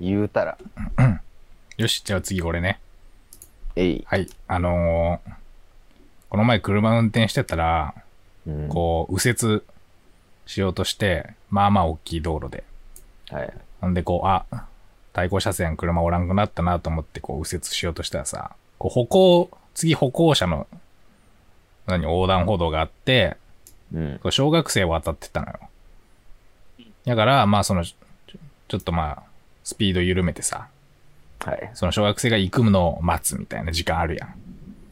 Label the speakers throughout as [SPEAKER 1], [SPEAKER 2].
[SPEAKER 1] 言うたら、
[SPEAKER 2] よし、じゃあ次俺ね。
[SPEAKER 1] えい。
[SPEAKER 2] はい。あのーこの前車運転してたら、
[SPEAKER 1] うん
[SPEAKER 2] こう、右折しようとして、まあまあ大きい道路で。
[SPEAKER 1] はい。
[SPEAKER 2] なんでこう、あ、対向車線車おらんくなったなと思ってこう右折しようとしたらさ、こう歩行、次歩行者の、何、横断歩道があって、
[SPEAKER 1] うん。
[SPEAKER 2] こう小学生を渡ってったのよ。だから、まあその、ちょちょっとまあ、スピード緩めてさ、
[SPEAKER 1] はい。
[SPEAKER 2] その小学生が行くのを待つみたいな時間あるやん。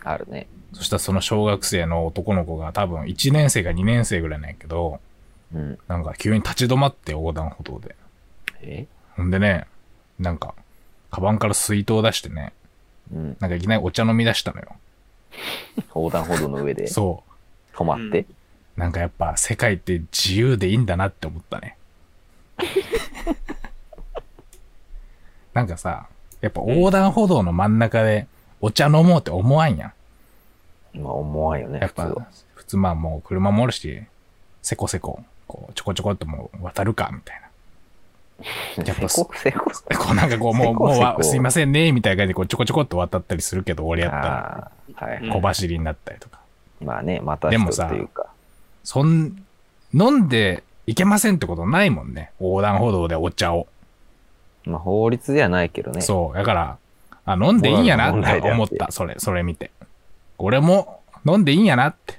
[SPEAKER 1] あるね。
[SPEAKER 2] そしたらその小学生の男の子が多分1年生か2年生ぐらいなんやけど、
[SPEAKER 1] うん。
[SPEAKER 2] なんか急に立ち止まって横断歩道で。
[SPEAKER 1] え
[SPEAKER 2] ほんでね、なんか、カバンから水筒出してね、
[SPEAKER 1] うん。
[SPEAKER 2] なんかいきなりお茶飲み出したのよ。
[SPEAKER 1] 横断歩道の上で
[SPEAKER 2] そ
[SPEAKER 1] 止まって。
[SPEAKER 2] う。なんかやっぱ世界って自由でいいんだなって思ったね。なんかさ、やっぱ横断歩道の真ん中でお茶飲もうって思わんやん。
[SPEAKER 1] まあ、思わんよね、
[SPEAKER 2] やっ
[SPEAKER 1] 普通
[SPEAKER 2] ぱ
[SPEAKER 1] は。、
[SPEAKER 2] 普通まあもう車もおるし、せこせこ、こう、ちょこちょこっともう渡るか、みたいな。やっ ぱ
[SPEAKER 1] せこせこ。
[SPEAKER 2] こうなんか こう、も
[SPEAKER 1] せ
[SPEAKER 2] う、
[SPEAKER 1] こ
[SPEAKER 2] も
[SPEAKER 1] せ
[SPEAKER 2] う
[SPEAKER 1] こ
[SPEAKER 2] わ、すいませんね、みたいな感じで、こう、ちょこちょこっと渡ったりするけど、俺やったら、
[SPEAKER 1] ああ、は
[SPEAKER 3] うん
[SPEAKER 1] い。
[SPEAKER 2] 小走りになったりとか。
[SPEAKER 1] まあね、また
[SPEAKER 2] で
[SPEAKER 1] 人
[SPEAKER 2] も
[SPEAKER 1] と
[SPEAKER 2] さ
[SPEAKER 1] いうか。
[SPEAKER 2] そん、飲んでいけませんってことないもんね。横断歩道でお茶を。
[SPEAKER 1] まあ、法律ではないけどね。
[SPEAKER 2] そう。だから、あ、飲んでいいんやな
[SPEAKER 1] モラルの問題
[SPEAKER 2] って
[SPEAKER 1] であ
[SPEAKER 2] 思
[SPEAKER 1] っ
[SPEAKER 2] ってた。それ、それ見て。俺も飲んでいいんやなって。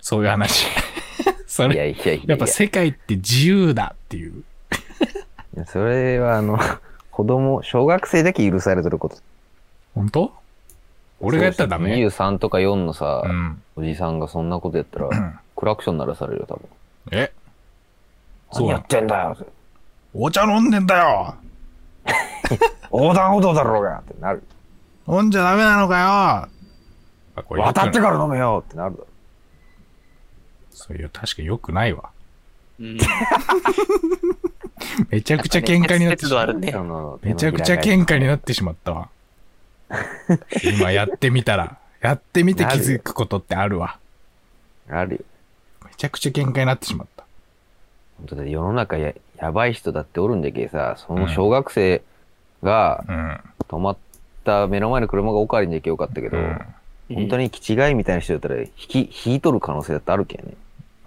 [SPEAKER 2] そういう話。 そ
[SPEAKER 1] いや
[SPEAKER 2] れ、
[SPEAKER 1] いやいやいや。
[SPEAKER 2] やっぱ世界って自由だっていう。
[SPEAKER 1] それは、あの、 子供、小学生だけ許されてること。
[SPEAKER 2] 本当俺がやったらダメ。
[SPEAKER 1] 23とか4のさ
[SPEAKER 2] う、ん。
[SPEAKER 1] おじさんがそんなことやったら、クラクション鳴らされるよ、多分。
[SPEAKER 2] えそう
[SPEAKER 1] 何
[SPEAKER 2] な
[SPEAKER 1] や
[SPEAKER 2] の
[SPEAKER 1] ってんだよ
[SPEAKER 2] お茶飲んでんだよ
[SPEAKER 1] 横断歩道だろうがってなる。
[SPEAKER 2] 飲んじゃダメなのかよ
[SPEAKER 1] 渡って
[SPEAKER 2] か
[SPEAKER 1] から飲めよってなるだろ。
[SPEAKER 2] そういう、確かに良くないわ。
[SPEAKER 3] うん。
[SPEAKER 2] めちゃくちゃ喧嘩になって
[SPEAKER 3] やぱね節
[SPEAKER 2] し
[SPEAKER 3] 度
[SPEAKER 2] ま
[SPEAKER 3] あ
[SPEAKER 2] う。
[SPEAKER 3] るね
[SPEAKER 1] あ。の
[SPEAKER 2] めちゃくちゃ喧嘩になってしまったわ。今やってみたら、やってみて気づくことってあるわ。
[SPEAKER 1] あるよ。
[SPEAKER 2] めちゃくちゃ喧嘩になってしまった。
[SPEAKER 1] 本当だ世の中ややばい人だっておるんだけどさ、その小学生が
[SPEAKER 2] うん。
[SPEAKER 1] 止まった目の前の車がおかわりにできよかったけど、
[SPEAKER 2] うん
[SPEAKER 1] 本当に気違いみたいな人だったら引き、引いとる可能性だってあるけんね。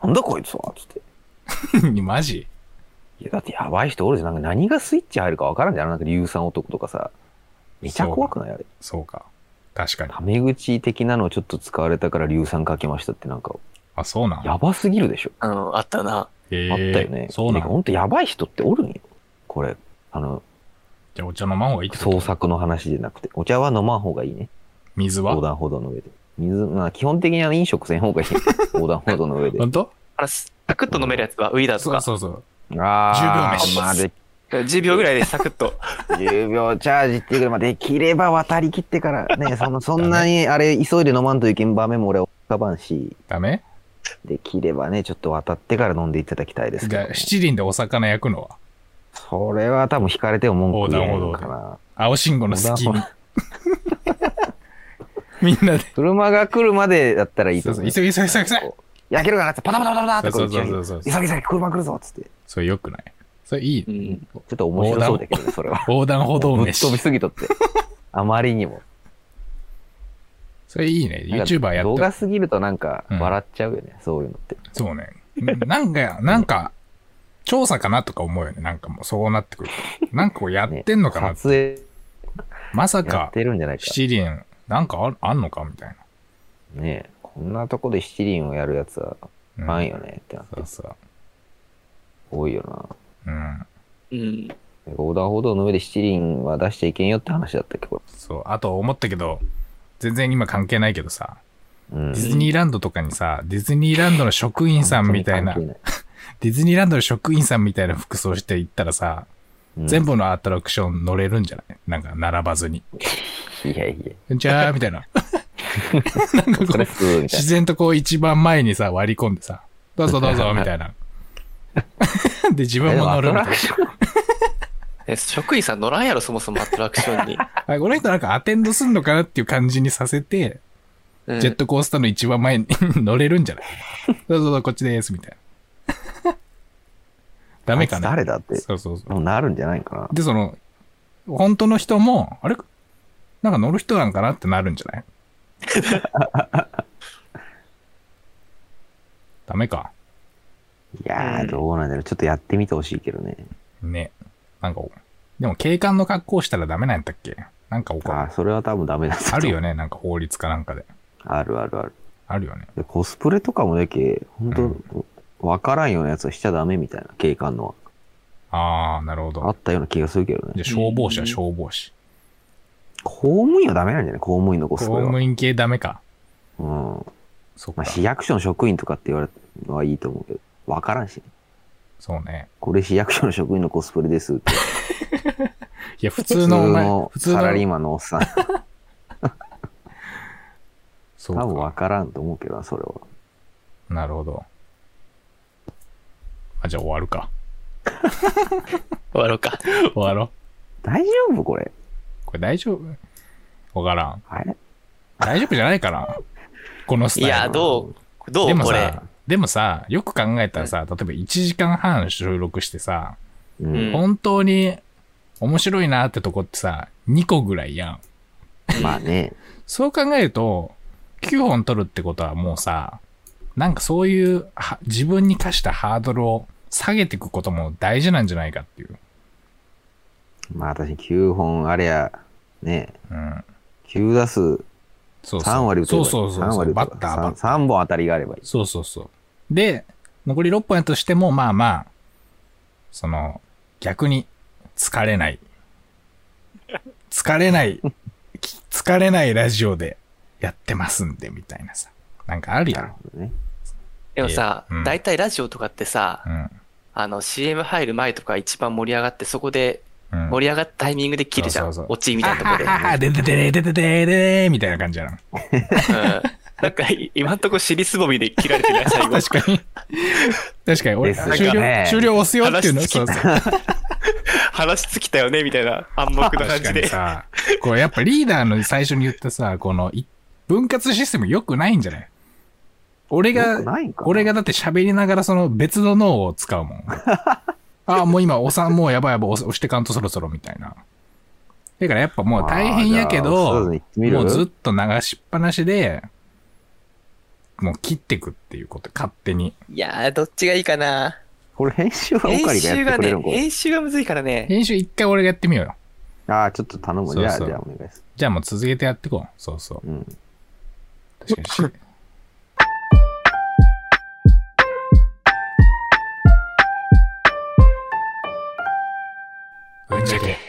[SPEAKER 1] なんだこいつはつって。
[SPEAKER 2] マジ
[SPEAKER 1] いや、だってやばい人おるじゃん。なんか何がスイッチ入るかわからんじゃん。あのなんか硫酸男とかさ。めちゃ怖くないあれ。
[SPEAKER 2] そうか。確かに。
[SPEAKER 1] タメ口的なのをちょっと使われたから硫酸かけましたってなんか、
[SPEAKER 2] あ、そうなん
[SPEAKER 1] やばすぎるでしょ。
[SPEAKER 3] あの、あったな。
[SPEAKER 2] え
[SPEAKER 1] あったよね。
[SPEAKER 2] そうなん
[SPEAKER 1] かほんとやばい人っておるんよ。これ、あの、
[SPEAKER 2] じゃあお茶飲まんほうがいいってこ
[SPEAKER 1] 創
[SPEAKER 2] と
[SPEAKER 1] 作の話じゃなくて、お茶は飲まん方がいいね。
[SPEAKER 2] 水
[SPEAKER 1] 横
[SPEAKER 2] は
[SPEAKER 1] 断歩道の上で。水、まあ基本的には飲食せん方がいい。 横断歩道の上で。
[SPEAKER 2] 本当
[SPEAKER 3] あれ、サクッと飲めるやつは、ウイダーと
[SPEAKER 2] そう
[SPEAKER 3] か。
[SPEAKER 2] そうそう。
[SPEAKER 1] あ
[SPEAKER 2] 10
[SPEAKER 1] ー、
[SPEAKER 2] 秒
[SPEAKER 1] まあで、
[SPEAKER 3] 10秒ぐらいでサク ッと。
[SPEAKER 1] 10秒チャージっていうけど、まあできれば渡り切ってから ね、そのそんなにあれ、急いで飲まんといけん場面も俺は浮かばんし、
[SPEAKER 2] ダメ
[SPEAKER 1] できればね、ちょっと渡ってから飲んでいただきたいです
[SPEAKER 2] じ
[SPEAKER 1] けど
[SPEAKER 2] ゃ
[SPEAKER 1] ね、
[SPEAKER 2] あ七輪でお魚焼くのは
[SPEAKER 1] それは多分引かれても文句言えん
[SPEAKER 2] 横
[SPEAKER 1] か
[SPEAKER 2] 断
[SPEAKER 1] な。
[SPEAKER 2] 青信号の
[SPEAKER 1] 横断
[SPEAKER 2] 隙
[SPEAKER 1] 歩
[SPEAKER 2] に
[SPEAKER 1] 道。
[SPEAKER 2] みんなで。
[SPEAKER 1] 車が来るまでだったらいいと
[SPEAKER 2] そう
[SPEAKER 1] 思。
[SPEAKER 2] そうう、急げ急げ急げ急げ
[SPEAKER 1] 焼けるかなってパタパタパタパタってこ
[SPEAKER 2] そううそうそうそう
[SPEAKER 1] 急げ急げ車来るぞっつって。ち
[SPEAKER 2] それ良くないそれいい。
[SPEAKER 3] うん。
[SPEAKER 1] ょっと面白そうだけどね、それは。
[SPEAKER 2] 横断歩道
[SPEAKER 1] ぶっ
[SPEAKER 2] 飯
[SPEAKER 1] 飛。びすぎとって。あまりにも。
[SPEAKER 2] それいいね。YouTuber や
[SPEAKER 1] 動
[SPEAKER 2] って
[SPEAKER 1] 画すぎるとなんか
[SPEAKER 2] うん
[SPEAKER 1] 笑っちゃうよね、そういうのって。
[SPEAKER 2] そうね。なんか、なんか、調査かなとか思うよね。なんかもうそうなってくると。なんかこうやってんのかな、
[SPEAKER 1] ね撮影
[SPEAKER 2] まさ
[SPEAKER 1] や
[SPEAKER 2] か
[SPEAKER 1] っ、てるんじゃないか。
[SPEAKER 2] 七輪、なんかあるあんのかみたい
[SPEAKER 1] ねえこんなとこで七輪をやるやつは、
[SPEAKER 2] な。
[SPEAKER 1] あ
[SPEAKER 2] うんん、
[SPEAKER 1] よねってなって
[SPEAKER 2] そうそう。
[SPEAKER 1] 多いよ
[SPEAKER 2] うん。
[SPEAKER 3] うん。
[SPEAKER 1] な。横断歩道の上で七輪は出しちゃいけんよって話だったっけど、こ
[SPEAKER 2] そう。あと思ったけど、全然今関係ないけどさ、
[SPEAKER 1] れ。うん
[SPEAKER 2] ディ。ズニーランドとかにさ、ディズニーランドの職員さんみたいな、
[SPEAKER 1] 本当に関
[SPEAKER 2] ディズニーランドの職員さんみたいな服装して行ったらさ、
[SPEAKER 1] 係ない。
[SPEAKER 2] 全
[SPEAKER 1] 部。
[SPEAKER 2] 部のアトラクション乗れるんじゃないなんか並ばずに。
[SPEAKER 1] いやいや。
[SPEAKER 2] じゃあ、みた いな。なんかこ
[SPEAKER 1] それ
[SPEAKER 2] う、
[SPEAKER 1] 普通みたい
[SPEAKER 2] 自然とこう一番前にさ割り込んでさ、どうぞどうぞみたいな。 で、自
[SPEAKER 1] な。
[SPEAKER 2] 分
[SPEAKER 1] で
[SPEAKER 2] も
[SPEAKER 1] も
[SPEAKER 2] 乗
[SPEAKER 1] ア
[SPEAKER 2] る
[SPEAKER 1] ト
[SPEAKER 2] みたい
[SPEAKER 1] ラク。
[SPEAKER 2] な
[SPEAKER 1] ション
[SPEAKER 3] え職員さん乗らんやろ、そもそもアトラクシ ョンに。
[SPEAKER 2] あこの人なんかアテンドすんのかなっていう感じにさせて、
[SPEAKER 3] うん
[SPEAKER 2] ジェットコースターの一番前に乗れるんじゃ ないどうぞどうぞこっちです、みたいな。ダメか
[SPEAKER 1] あいつ
[SPEAKER 2] な
[SPEAKER 1] 誰だって。
[SPEAKER 2] そうそうそう。
[SPEAKER 1] もうなるんじゃないかな。
[SPEAKER 2] で、その、本当の人も、あれなんか乗る人なんかなってなるんじゃない ダメか。
[SPEAKER 1] いや
[SPEAKER 3] うん
[SPEAKER 1] ー、どうなんだろう。ちょっとやってみてほしいけどね。
[SPEAKER 2] ね。なんか、でも警官の格好したらダメなんだっけなんか怒る。
[SPEAKER 1] あー、それは多分ダメだ
[SPEAKER 2] あるよね、なんか法律かなんかで。
[SPEAKER 1] あるあるある。
[SPEAKER 2] あるよね。
[SPEAKER 1] でコスプレとかもだけ、本当わからんようなやつはしちゃダメみたいな、警官の
[SPEAKER 2] ああ、なるほ
[SPEAKER 1] は。あ
[SPEAKER 2] ど。
[SPEAKER 1] ったような気がするけど
[SPEAKER 2] じゃ
[SPEAKER 1] ね。
[SPEAKER 2] あ消防士は消防士。
[SPEAKER 1] 公務員はダメなんじゃない公務員のコ
[SPEAKER 2] 公
[SPEAKER 1] スプレは。
[SPEAKER 2] 務員系ダメか。
[SPEAKER 1] うん。
[SPEAKER 2] そっ
[SPEAKER 1] ま
[SPEAKER 2] か
[SPEAKER 1] あ、。市役所の職員とかって言われるのはいいと思うけど、わからんし、ね、
[SPEAKER 2] そうね。
[SPEAKER 1] これ市役所の職員のコスプレですって。
[SPEAKER 2] いや、 普通のお前、普
[SPEAKER 1] 普
[SPEAKER 2] 通
[SPEAKER 1] 通のサラリー
[SPEAKER 2] の、
[SPEAKER 1] マンのおっさん、
[SPEAKER 2] そ
[SPEAKER 1] 多
[SPEAKER 2] うか
[SPEAKER 1] 分わからんと思うけどな、それは。
[SPEAKER 2] なるほど。あ、じゃあ終わるか。
[SPEAKER 3] 終わろうか。
[SPEAKER 2] 終わろう。
[SPEAKER 1] 大丈夫これ。
[SPEAKER 2] これ大丈夫わからん。
[SPEAKER 1] あれ
[SPEAKER 2] 大丈夫じゃないかなこのスタイ
[SPEAKER 3] い
[SPEAKER 2] ル。
[SPEAKER 3] や、どう、ど
[SPEAKER 2] で
[SPEAKER 3] う
[SPEAKER 2] も
[SPEAKER 3] これ。
[SPEAKER 2] さ、でもさ、よく考えたらさ、例えば1時間半収録してさ、
[SPEAKER 1] う
[SPEAKER 3] うん
[SPEAKER 1] ん。
[SPEAKER 2] 本当に面白いなってとこってさ、2個ぐらいやん。
[SPEAKER 1] まあね。
[SPEAKER 2] そう考えると、9本取るってことはもうさ、なんかそういうは自分に課したハードルを下げていくことも大事なんじゃないかっていう。
[SPEAKER 1] まあ私9本ありゃ、ね、
[SPEAKER 2] うん。
[SPEAKER 1] 9打数
[SPEAKER 2] そうそう。
[SPEAKER 1] 3割打てば
[SPEAKER 2] そ
[SPEAKER 1] いいう
[SPEAKER 2] そうそう
[SPEAKER 1] 3
[SPEAKER 2] そう。
[SPEAKER 1] 割
[SPEAKER 2] バ
[SPEAKER 1] 打
[SPEAKER 2] ッ
[SPEAKER 1] て
[SPEAKER 2] ター
[SPEAKER 1] ば
[SPEAKER 2] バッ
[SPEAKER 1] 3, 本当たりがあればいい。
[SPEAKER 2] そうそうそう。で、残り6本やとしても、まあまあ、その、逆に、疲れない。疲れない、 き疲れないラジオでやってますんで、みたいなさ。なんかあるや
[SPEAKER 1] なる
[SPEAKER 2] ん。
[SPEAKER 1] ほどね。
[SPEAKER 3] でもさ
[SPEAKER 2] うん、
[SPEAKER 3] 大体ラジオとかってさ、あの CM 入る前とか一番盛り上がって、そこで
[SPEAKER 2] うん。うん。
[SPEAKER 3] 盛り上がったタイミングで切るじゃ
[SPEAKER 2] そ
[SPEAKER 3] ん
[SPEAKER 2] うそう。そう
[SPEAKER 3] 落ちみたいなとこで。
[SPEAKER 2] あはははででででででででみたいな感じやな。
[SPEAKER 3] うんなんか今んとこ尻すぼみで切られ てない最後。
[SPEAKER 2] 確かに。確かに、俺、
[SPEAKER 1] ですよね
[SPEAKER 2] 終了、終了押すよっていうの。
[SPEAKER 3] 話尽き
[SPEAKER 2] そうそう。
[SPEAKER 3] 話尽きたよねみたいな暗黙の感
[SPEAKER 2] 確か
[SPEAKER 3] じ
[SPEAKER 2] に
[SPEAKER 3] で。
[SPEAKER 2] さ、こうやっぱリーダーの最初に言ったさ、このい分割システム良くないんじゃない俺
[SPEAKER 1] よく
[SPEAKER 2] が、
[SPEAKER 1] ないんかな
[SPEAKER 2] 俺がだって喋りながらその別の脳を使 うもん。ああ、もう今、おさん、もうやばいやばい、押押してかんとそろそろみたいな。だからやっぱもう大変やけ
[SPEAKER 1] あーじゃあそう
[SPEAKER 2] ど、
[SPEAKER 1] ですね行ってみる
[SPEAKER 2] もうずっと流しっぱなしで、もう切ってくっていうこと、勝手に。
[SPEAKER 3] いやー、どっちがいいかな。
[SPEAKER 1] これ編集はオカ
[SPEAKER 3] 編
[SPEAKER 1] リがや
[SPEAKER 3] 集
[SPEAKER 1] って
[SPEAKER 3] が
[SPEAKER 1] くれ
[SPEAKER 3] ね
[SPEAKER 1] るの、これ
[SPEAKER 3] 編集がむずいからね。
[SPEAKER 2] 編集一回俺がやってみようよ。
[SPEAKER 1] ああ、ちょっと頼む。じゃあ、
[SPEAKER 2] そうそう
[SPEAKER 1] じゃあお願いします。
[SPEAKER 2] じゃあもう続けてやってこう。そうそう。
[SPEAKER 1] うん。
[SPEAKER 2] 確かに。ぶっちゃけ。